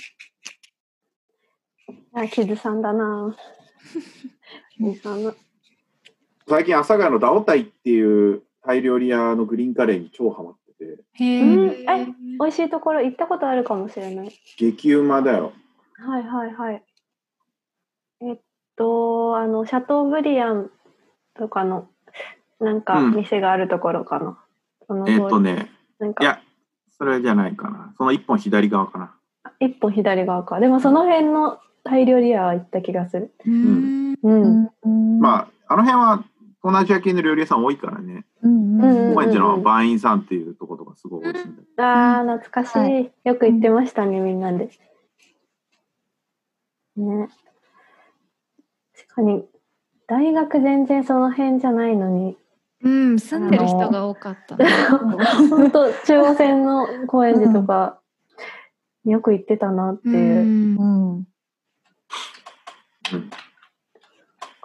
Speaker 1: あ、キズさんだな。キズさんの。
Speaker 2: 最近、阿佐ヶ谷のダオタイっていうタイ料理屋のグリーンカレーに超ハマってて、
Speaker 3: へ
Speaker 1: うんえ
Speaker 3: え
Speaker 1: 美味しいところ行ったことあるかもしれない。
Speaker 2: 激うまだよ。
Speaker 1: はいはいはい。えっと、あの、シャトーブリアンとかの、なんか
Speaker 2: うん
Speaker 1: 店があるところかな。その通
Speaker 2: え
Speaker 1: り
Speaker 2: っとね、
Speaker 1: なん
Speaker 2: い
Speaker 1: か、
Speaker 2: や、それじゃないかな。その一本左側かな。
Speaker 1: 一歩左側か。でもその辺のタイ料理屋は行った気がする。
Speaker 3: うん
Speaker 1: うん。
Speaker 4: まあ、
Speaker 2: まあ、あの辺は東南アジア系の料理屋さん多いからね、
Speaker 4: うん
Speaker 1: うん
Speaker 2: 高円寺のバインさんっていうとことかすごい美味しいんだよ。
Speaker 1: ああ、懐かしい,、
Speaker 4: は
Speaker 1: よく行ってましたね、みんなで。ね。確かに、大学全然その辺じゃないのに、
Speaker 3: うん住んでる人が多かったね
Speaker 1: 本当中央線の高円寺とか、よく行ってたなって
Speaker 3: う
Speaker 1: いう。
Speaker 3: ん
Speaker 4: うん。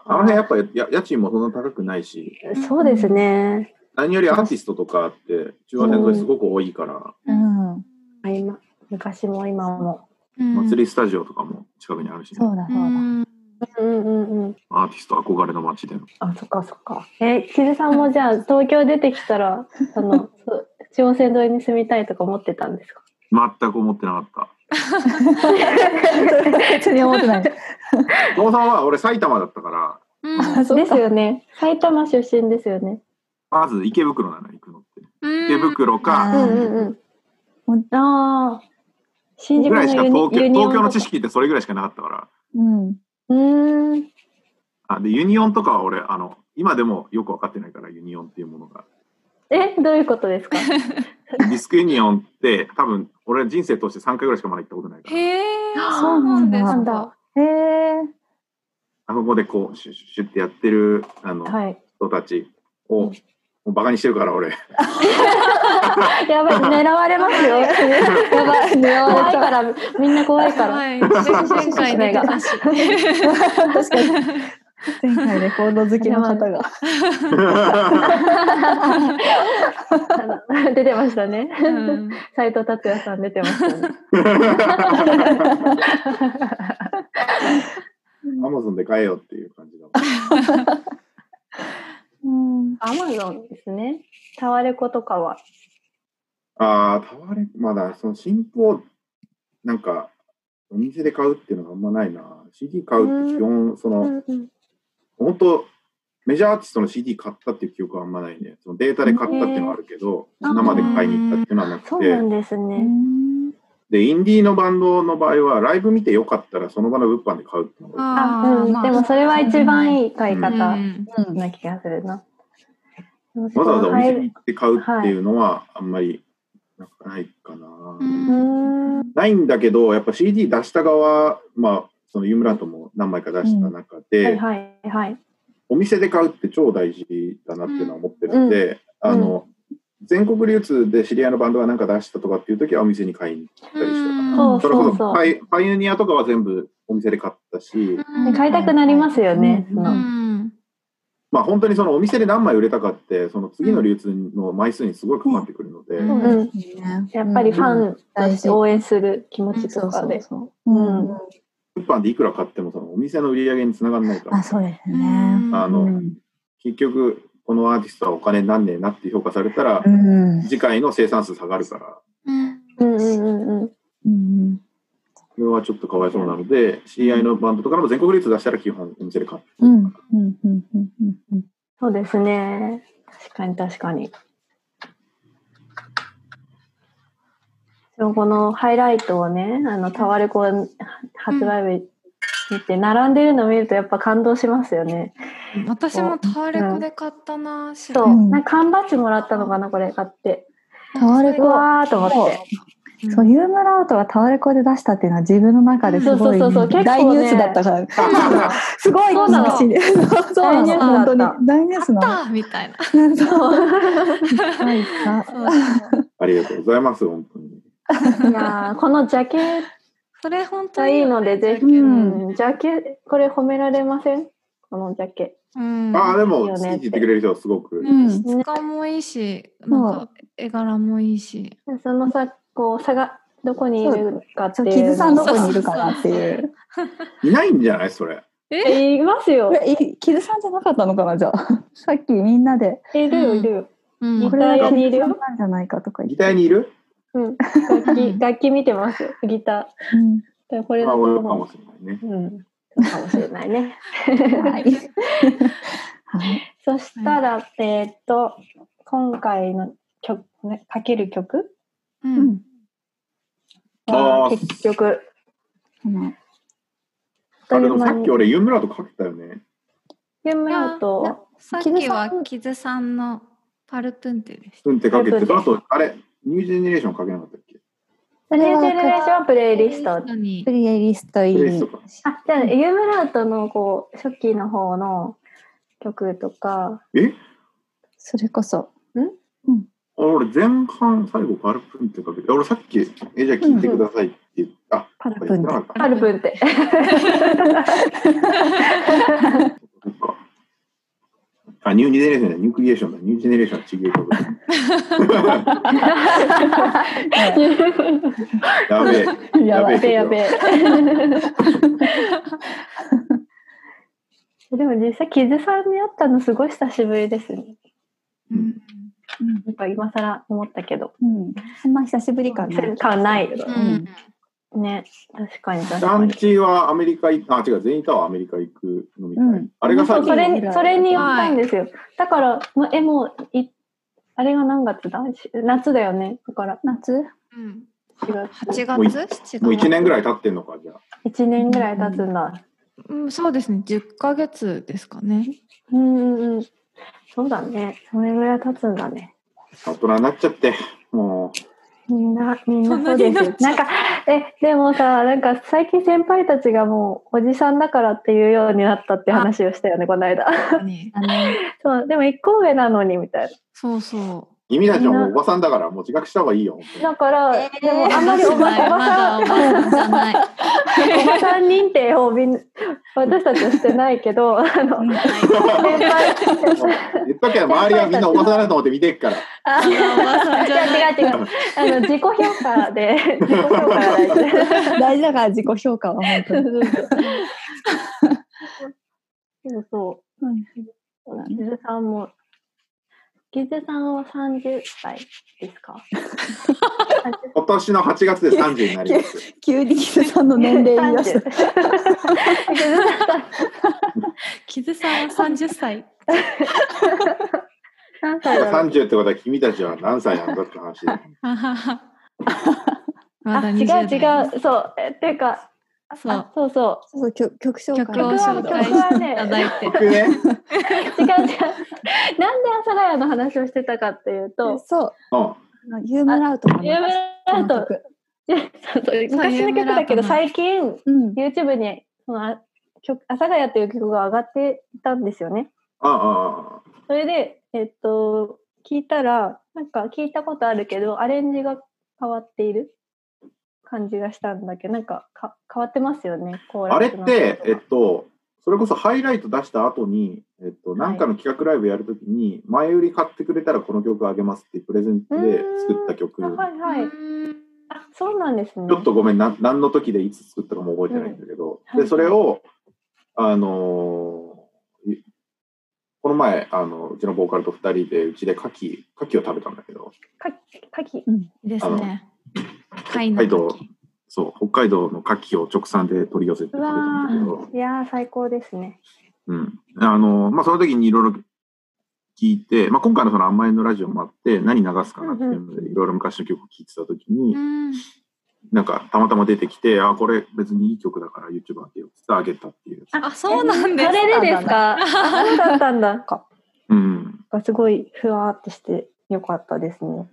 Speaker 2: あの辺やっぱや家賃もそんな高くないし、
Speaker 1: そうですね。
Speaker 2: 何よりアーティストとかって中和線沿いすごく多いから、
Speaker 4: うん。
Speaker 1: あ今昔も今も。
Speaker 2: 祭りスタジオとかも近くにあるしね、
Speaker 4: そうだ、そう
Speaker 3: う
Speaker 4: だ。
Speaker 3: ん
Speaker 1: うんうんうん。
Speaker 2: アーティスト憧れの街での。
Speaker 1: あ、そっかそっか。え、木津さんもじゃあ東京出てきたら、そ の、そう中央線沿いに住みたいとか思ってたん ですか
Speaker 2: 全く思ってなかっ
Speaker 4: 別に思ってない。
Speaker 2: た。郷さんは俺埼玉だったから、
Speaker 3: うん
Speaker 4: あ、そ
Speaker 1: で
Speaker 4: う
Speaker 1: す
Speaker 4: か。
Speaker 1: よね。埼玉出身ですよね。
Speaker 2: まず池袋なの行くのって。
Speaker 3: うん
Speaker 2: 池袋
Speaker 1: う
Speaker 4: うん
Speaker 2: か、
Speaker 1: ん
Speaker 4: ん
Speaker 1: うん
Speaker 4: う
Speaker 1: うん。ああ。新
Speaker 2: ぐ
Speaker 1: 宿の
Speaker 2: らいしか
Speaker 1: ユニ
Speaker 2: 東京
Speaker 1: ユ
Speaker 2: 東
Speaker 1: ニオン
Speaker 2: 京の知識ってそれぐらいしかなかったから。
Speaker 4: うん。
Speaker 1: うーん。
Speaker 2: あでユニオンとかは俺あの今でもよく分かってないからユニオンっていうものが
Speaker 1: え、どういうことですか
Speaker 2: ディスクユニオンって多分俺人生通して3回ぐらいしかまだ行ったことないから
Speaker 3: へえ、そうなんです
Speaker 1: なん
Speaker 3: か
Speaker 1: だ。。へえ。
Speaker 2: あそこでこうシュッシュッシュッってやってるあの
Speaker 1: はい。
Speaker 2: 人たちを、もうバカにしてるから俺
Speaker 1: やば い、狙われます よ。
Speaker 4: やばい、狙わ
Speaker 1: 怖
Speaker 4: れ
Speaker 1: い
Speaker 4: た
Speaker 1: か。ら、みんな怖いから。
Speaker 3: はい、前回出てたし。
Speaker 4: 確かに。前回レコード好きの方が。
Speaker 1: 出てましたね。
Speaker 3: うん
Speaker 1: 斉藤達也さん出てました ね。
Speaker 2: アマゾンで買えよっていう感 じだもん
Speaker 4: うん。
Speaker 1: アマゾンですね。タワレコとかは。
Speaker 2: ああ、タワレコ、まだ、その新譜を、なんか、お店で買うっていうのがあんまないな。CD 買うって基本、その、本当メジャーアーティストの CD 買ったっていう記憶はあんまないね。そのデータで買ったっていうのはあるけど、
Speaker 1: へー
Speaker 2: 生で買いに行ったっていうのはな
Speaker 1: そ
Speaker 2: く
Speaker 1: うなん
Speaker 2: て、
Speaker 1: ですね。
Speaker 2: で、インディーのバンドの場合は、ライブ見てよかったら、その場の物販で買うっていうのが
Speaker 1: あ、
Speaker 3: あ
Speaker 1: う
Speaker 3: ー
Speaker 1: ん、
Speaker 3: まあ
Speaker 1: でもそれは一番いい買い
Speaker 3: うん
Speaker 1: 方
Speaker 4: うん
Speaker 1: な気がするな。
Speaker 2: わざわざお
Speaker 1: 入
Speaker 2: 店
Speaker 1: る
Speaker 2: に行って買うっていうのは、あんまり、なんかないかな。
Speaker 3: うん
Speaker 1: うーん。
Speaker 2: ないんだけど、やっぱ CD 出した側、まあ、そのユームラントも何枚か出した中で、
Speaker 1: はいはいはい。
Speaker 2: お店で買うって超大事だなっていうのは思ってるんで、
Speaker 1: うん
Speaker 2: あの、全国流通で知り合いのバンドがなんか出したとかっていう時はお店に買いに行ったりしてた
Speaker 1: そう
Speaker 2: から、そ
Speaker 1: そ
Speaker 2: れこ
Speaker 1: う
Speaker 2: そ
Speaker 1: そ
Speaker 2: パイパイオニアとかは全部お店で買ったし、
Speaker 1: う。買いたくなりますよね。
Speaker 4: うん
Speaker 1: う
Speaker 3: うんん
Speaker 2: まあ本当にそのお店で何枚売れたかって、その次の流通の枚数にすごいかかってくるので、
Speaker 3: うん
Speaker 1: うんやっぱりファンとして応援する気持ち
Speaker 4: そ
Speaker 1: と
Speaker 4: う
Speaker 1: か
Speaker 4: そう
Speaker 1: で。
Speaker 4: そう。うん。
Speaker 2: 物販でいくら買ってもそのお店の売り上げにつながらないから
Speaker 4: あ、、そうです
Speaker 3: う
Speaker 4: ね。
Speaker 3: ん
Speaker 2: あ
Speaker 4: う
Speaker 2: の
Speaker 4: ん。
Speaker 2: 結局このアーティストはお金になんねえなって評価されたら
Speaker 4: う、ん。
Speaker 2: 次回の生産数下がるから、
Speaker 3: うん
Speaker 1: うんうんうんうん。
Speaker 4: うん。
Speaker 2: これはちょっとかわいそうなので、知り合いのバンドとかでも全国流通出したら基本お店で買って
Speaker 4: うん。うん。うん。うん。うん。
Speaker 1: そうですね。確かに確かに。でもこのハイライトをね、あのタワレコは発売日見て、並んでるの見るとやっぱ感動しますよね。
Speaker 3: 私もタワレコで買ったな、知ら
Speaker 1: そ
Speaker 3: な
Speaker 1: う、
Speaker 3: い
Speaker 4: うん
Speaker 1: なんか缶バッジもらったのかな、これ買って。
Speaker 4: タワレ
Speaker 1: う
Speaker 4: コ
Speaker 1: わーと思って。
Speaker 4: そうう、ユームラウトがタワレコで出したっていうのは自分の中ですごい、
Speaker 1: そうそうそうそう
Speaker 4: 大
Speaker 1: 結構
Speaker 4: ニ
Speaker 1: ね
Speaker 4: ュースだったから、すごい
Speaker 1: そうなの
Speaker 4: 嬉しいそうそうなの
Speaker 1: 大ニュースだった
Speaker 4: 本当に大ニュース
Speaker 3: ん
Speaker 4: なの。
Speaker 3: あったみたいな。
Speaker 4: はいあ
Speaker 2: ありがとうございます、本当に。
Speaker 1: いやーこのジャケッ
Speaker 3: それ本
Speaker 1: ト
Speaker 3: 当に
Speaker 1: いいので、ぜひ、
Speaker 4: うん
Speaker 1: ジャケ、これ褒められませんこのジャケ。
Speaker 3: うん、
Speaker 2: ああ、でも、
Speaker 1: いいよ
Speaker 2: 好き
Speaker 1: ね
Speaker 2: って言ってくれる人はすごく。
Speaker 4: うん
Speaker 3: 質感もいいし、なんか絵柄もいいし。
Speaker 1: そのさ、こう、差が、どこにいるかって
Speaker 4: そ
Speaker 1: いううの。
Speaker 4: キズさんどこにいるかなっていう。
Speaker 2: いないんじゃないそれ。
Speaker 3: え、
Speaker 1: えいますよ。
Speaker 4: えいキズさんじゃなかったのかなじゃあ。 さっきみんなで
Speaker 1: いるよ、いるよ。
Speaker 3: うん
Speaker 1: ギ
Speaker 4: こ
Speaker 1: タ
Speaker 4: れ
Speaker 1: ー
Speaker 4: は
Speaker 1: 屋
Speaker 4: キ
Speaker 1: にいる
Speaker 4: ズさん
Speaker 1: よ。
Speaker 4: なんじゃないかとか言
Speaker 2: ギ
Speaker 4: って。
Speaker 2: ターにいる
Speaker 1: うん。楽器、楽器見てますよ。ギタ
Speaker 4: うん
Speaker 1: ー。これ
Speaker 2: ま
Speaker 1: だ
Speaker 2: あ、
Speaker 1: と
Speaker 2: 俺かも
Speaker 1: 思
Speaker 2: しれないね。
Speaker 1: う。うん。かもしれないね。
Speaker 4: はいはい
Speaker 1: そしたら、えーっと、今回の曲、ね、かける曲
Speaker 3: う
Speaker 4: うんん
Speaker 1: は
Speaker 2: あー
Speaker 1: 結局、
Speaker 4: この
Speaker 2: あれでもさっき俺、ユームラートかけたよね。
Speaker 1: ゲームアウト、
Speaker 3: さっきはキズさんのパルプンテでし
Speaker 2: うんってかけ
Speaker 1: そうです
Speaker 2: て、その後、あれ、ニュージェネレーションかけなかったっけ
Speaker 4: そ
Speaker 1: ニュ
Speaker 4: れ
Speaker 1: ージェネレーショ
Speaker 4: は
Speaker 1: ンプレ
Speaker 3: た。
Speaker 1: イリスト。あ、
Speaker 3: プレイリ
Speaker 4: プ
Speaker 3: ス
Speaker 4: レイリスト入
Speaker 2: プレイリ
Speaker 4: り
Speaker 2: ストか。
Speaker 1: じゃあ、ゲームアウトの、こう、初期の方の曲とか、
Speaker 2: え
Speaker 4: それこそ。
Speaker 2: あ俺、前半、最後、パルプンってかけて、俺、さっき、え、じゃあ聞いてくださいって言って、あ、
Speaker 4: パル
Speaker 2: 言
Speaker 4: プ
Speaker 2: って
Speaker 4: ン
Speaker 2: な
Speaker 4: で
Speaker 2: かった。
Speaker 1: パルプンって。
Speaker 2: そっか。あ、ニュージェネレーションだ、ニュークリエーションだ、ニュージェネレーションはちげえ曲だ。やべえ。
Speaker 4: やばい
Speaker 1: やべえやべえ。 でも実際、キズさんに会ったのすごい久しぶりですね。
Speaker 3: ト。うん
Speaker 4: うん
Speaker 1: なんか今更思ったけど。
Speaker 4: うん。まあ久しぶりかな。
Speaker 1: 感ない。
Speaker 3: うん
Speaker 1: ね。確かに確か
Speaker 2: 団
Speaker 1: に。
Speaker 2: 地はアメリカ行あ、違う、全員タワーアメリカ行く飲み会。
Speaker 4: うん
Speaker 2: あれがさ
Speaker 1: そ
Speaker 2: っ
Speaker 1: う
Speaker 2: き
Speaker 1: それに、それに言ったんですよ。だから、まえ、もう、い、あれが何月だし夏だよね。だから、
Speaker 4: 夏
Speaker 3: うん
Speaker 1: 4月。
Speaker 3: 8月
Speaker 2: もうい
Speaker 3: ?7 月
Speaker 2: もう1年ぐらい経ってんのか、じゃあ。
Speaker 1: 1年ぐらい経つんだ。
Speaker 3: うん、そうですね。10ヶ月ですかね。
Speaker 1: うんうんうん。そうだね。それぐらい経つんだね。
Speaker 2: 大人になっちゃって。もう
Speaker 1: みんな、みんなそうで
Speaker 3: そんなになっ
Speaker 1: す。
Speaker 3: ちゃ
Speaker 1: な
Speaker 3: うん
Speaker 1: か、え、でもさ、なんか最近先輩たちがもうおじさんだからっていうようになったって話をしたよね、この間。
Speaker 3: ね
Speaker 4: あの
Speaker 1: そう、でも一個上なのにみたい
Speaker 3: そうそ
Speaker 2: 君たちはもうおばさんだからもう自覚した方がいいよ。本当に
Speaker 1: な。だから、
Speaker 4: えー
Speaker 1: でも
Speaker 3: う。
Speaker 1: あんまりおばおばさん、
Speaker 3: まだおばさんじゃない。
Speaker 1: おばさん認定をみん私たちはしてないけ ど、あの、先輩、
Speaker 2: 言っとけば周りはみんなおばさんだと思って見てるから。
Speaker 1: あ
Speaker 3: おばさん
Speaker 1: 違
Speaker 3: じゃないう
Speaker 1: 違う違う。あの、自己評価で、自己評価が大事で。
Speaker 4: 大事だから自己評価は本当に。
Speaker 1: そうそう。
Speaker 4: うん
Speaker 1: キズさんも、キズさんは30歳ですか
Speaker 2: 今年の8月で30になります。
Speaker 4: 急にキズさんの年齢言い出した。
Speaker 1: キズさん
Speaker 3: キズさんは30歳。
Speaker 1: 何歳だろう
Speaker 2: 30ってことは君たちは何歳なんだって話で。
Speaker 3: あははま
Speaker 1: あ
Speaker 3: だ
Speaker 1: 違う
Speaker 3: 20代
Speaker 1: 違う、そう。えっていうか、あ
Speaker 3: そう
Speaker 1: あそうそう。
Speaker 4: そうそう曲曲紹介。
Speaker 3: 曲を
Speaker 1: 曲は
Speaker 3: 紹介していただいて。
Speaker 2: 僕ね、
Speaker 1: 違う違う。なんで阿佐ヶ谷の話をしてたかっていうと、
Speaker 4: そう。
Speaker 2: うん
Speaker 4: あのユームラウトの
Speaker 1: 有名だと、そう昔の曲だけど、最近、
Speaker 4: うん。
Speaker 1: YouTube に、その、あ曲、阿佐ヶ谷っていう曲が上がっていたんですよね。
Speaker 2: あああ
Speaker 1: それで、えっと、聞いたら、なんか聞いたことあるけど、アレンジが変わっている感じがしたんだけど、なんかか変わってますよね、コー
Speaker 2: あ
Speaker 1: ラ
Speaker 2: あれっ
Speaker 1: スの
Speaker 2: て、えっと、それこそハイライト出した後に、えっと、なんかの企画ライブやるときに、前売り買ってくれたらこの曲あげますっていうプレゼントで作った曲。
Speaker 1: あは
Speaker 2: ち
Speaker 1: いはい。あ、そうなんですね。
Speaker 2: ょっとごめん、な何の時でいつ作ったかも覚えてないんだけど、
Speaker 1: うんは
Speaker 2: で、
Speaker 1: い
Speaker 2: それを、あのーいこの前、あの、うちのボーカルと二人で、うちで牡蠣、牡蠣を食べたんだけど、
Speaker 1: か、かき。
Speaker 3: ですね。貝
Speaker 2: 北海
Speaker 3: の
Speaker 2: 道
Speaker 3: 時。、
Speaker 2: そう、北海道の牡蠣を直産で取り寄せて食
Speaker 1: う
Speaker 2: べたん
Speaker 1: わ
Speaker 2: だけど、
Speaker 1: ーいやー、最高ですね。
Speaker 2: うん。あの、まあ、その時にいろいろ聞いて、まあ、今回のその甘えんのラジオもあって、何流すかなっていうので、いろいろ昔の曲を聴いてた時に
Speaker 3: う、ん
Speaker 2: なんかたまたま出てきて、あ、これ別にいい曲だから YouTube あげようって言ってあげたっていう。
Speaker 3: あ、そうなんです
Speaker 1: あ。れでですかあそうだったんだ。
Speaker 2: うん。
Speaker 1: すごいふわーっとしてよかったですね。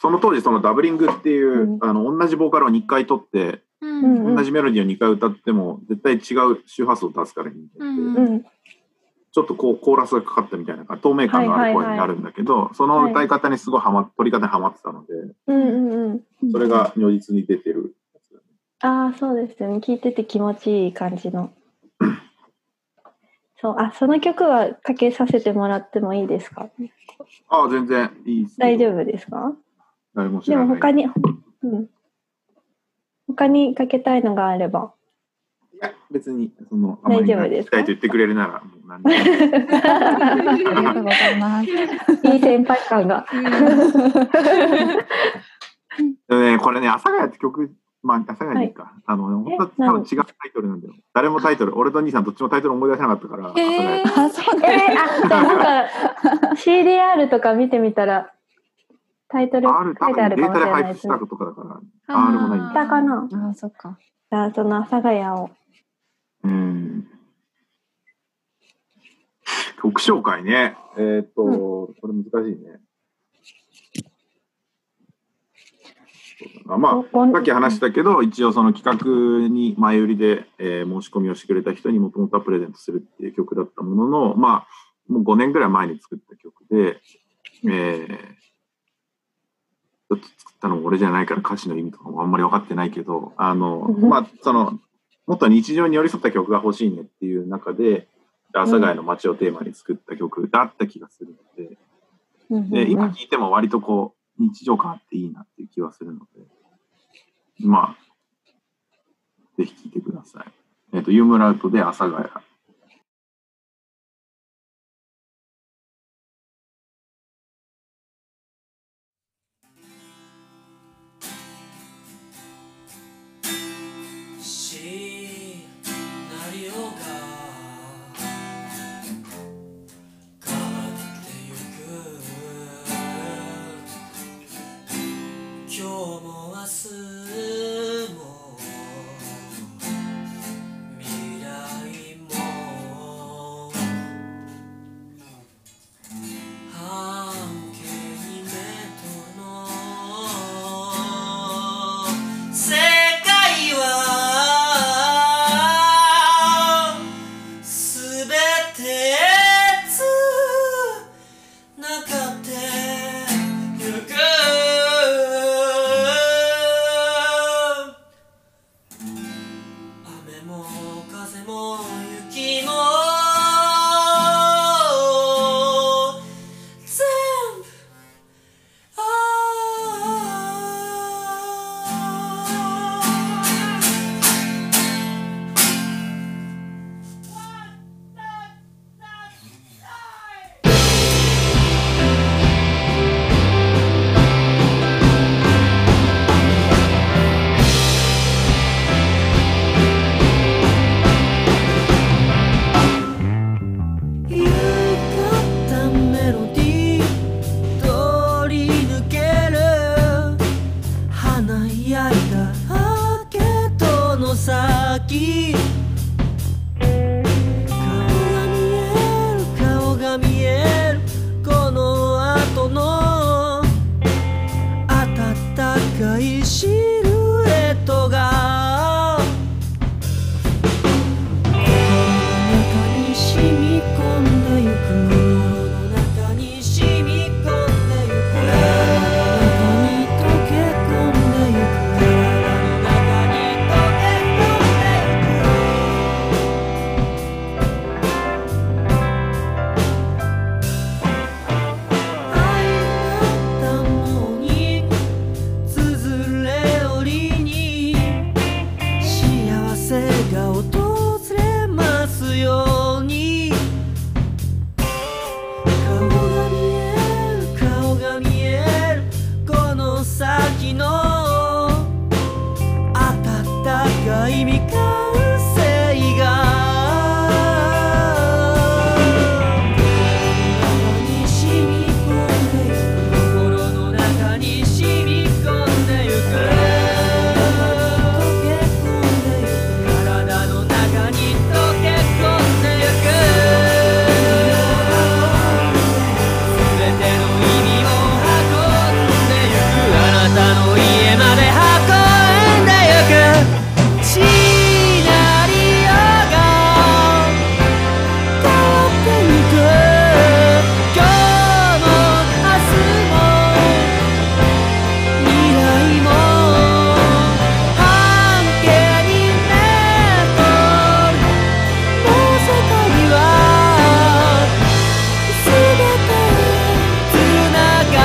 Speaker 2: その当時、そのダブリングっていう、
Speaker 1: うん
Speaker 2: あの、同じボーカルを2回取って、
Speaker 3: うん
Speaker 1: うん
Speaker 2: 同じメロディーを2回歌っても、絶対違う周波数を出すからいいんだけど
Speaker 3: うん
Speaker 1: うん。
Speaker 2: ちょっとこうコーラスがかかったみたいな透明感のある声になるんだけど、その歌い方にすごいハマ取り方にハマってたので、
Speaker 1: うんうんうん。
Speaker 2: それが如実に出てるやつだね
Speaker 1: ああ、そうですよね。聞いてて気持ちいい感じの。そう、あ、その曲はかけさせてもらってもいいですか
Speaker 2: ああ、全然いいですよ
Speaker 1: 大丈夫ですか
Speaker 2: 誰も知
Speaker 1: で
Speaker 2: ら
Speaker 1: も
Speaker 2: ない。
Speaker 1: 他に、うん。他にかけたいのがあれ ば。
Speaker 2: いや、別に、その、
Speaker 1: 大丈夫
Speaker 2: あまり
Speaker 1: で
Speaker 2: 聞
Speaker 1: す
Speaker 2: き
Speaker 1: か
Speaker 2: たいと言ってくれるなら、もう何で も。
Speaker 4: ありがとうございます。
Speaker 1: いい先輩感が。
Speaker 2: でもね、これね、阿佐ヶ谷って曲、まあ、阿佐ヶ谷でいいか。あの、
Speaker 1: え
Speaker 2: 本当は多
Speaker 1: 何
Speaker 2: 分違うタイトルなんだよ。誰もタイトル、俺と兄さんどっちもタイトル思い出せなかったから、阿佐ヶ
Speaker 3: へ
Speaker 2: 谷
Speaker 3: え。
Speaker 4: あ、そう
Speaker 1: えー、あ、
Speaker 4: だ。
Speaker 1: じゃあなんか、CDR とか見てみたら、タイトル
Speaker 2: R、
Speaker 1: 書
Speaker 2: 多
Speaker 1: いてあ
Speaker 2: 分
Speaker 1: る
Speaker 2: デ
Speaker 1: かも
Speaker 2: ー
Speaker 1: し
Speaker 2: タで
Speaker 1: れない
Speaker 2: 配
Speaker 1: で
Speaker 2: 布し
Speaker 1: す
Speaker 2: た
Speaker 1: ね。
Speaker 2: ことかだから。
Speaker 3: あー
Speaker 2: R もないん
Speaker 1: い
Speaker 2: だ。
Speaker 1: たかな
Speaker 4: あ、そっか。
Speaker 1: じゃあ、その阿佐ヶ谷を。
Speaker 2: うん。曲紹介ね。えーっと、
Speaker 1: うん
Speaker 2: これ難しいね。そうだなまあ、
Speaker 1: ご
Speaker 2: さっき話したけど、一応その企画に前売りで、えー申し込みをしてくれた人にもともとはプレゼントするっていう曲だったものの、まあ、もう5年ぐらい前に作った曲で、えーちょっと作ったのも俺じゃないから歌詞の意味とかもあんまり分かってないけど、あの、
Speaker 1: うん
Speaker 2: まあ、その、もっと日常に寄り添った曲が欲しいねっていう中で、阿佐ヶ谷の街をテーマに作った曲だった気がするので、
Speaker 1: うん
Speaker 2: で、今聴いても割とこう、日常感あっていいなっていう気はするので、まあ、ぜひ聴いてください。えっ、と、ユームラウトで阿佐ヶ谷。
Speaker 5: シナリオが変わってゆく今日も明日も未来も Ah. 先顔が見える顔が見えるこの後の暖かいシルエットが中に染み込んでゆく中に染み込んでゆく中に溶け込んでゆく中に溶け込んでゆく愛だったものにつづれ折りに幸せが訪れますように顔が見える顔が見えるこの先の温かい未完成が心の中に染み込んでゆく心の中に染み込んでゆく体の中に溶け込んでゆく全ての意味を運んでゆくあなたの家まで運んでゆくシナリオが変わってゆく今日も明日も未来も半径にメートルの世界は全て繋が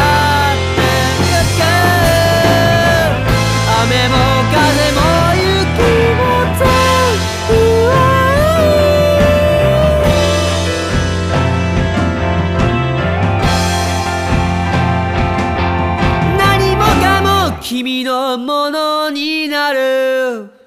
Speaker 5: ってゆく雨も風も雪も全部愛何もかも君のものになる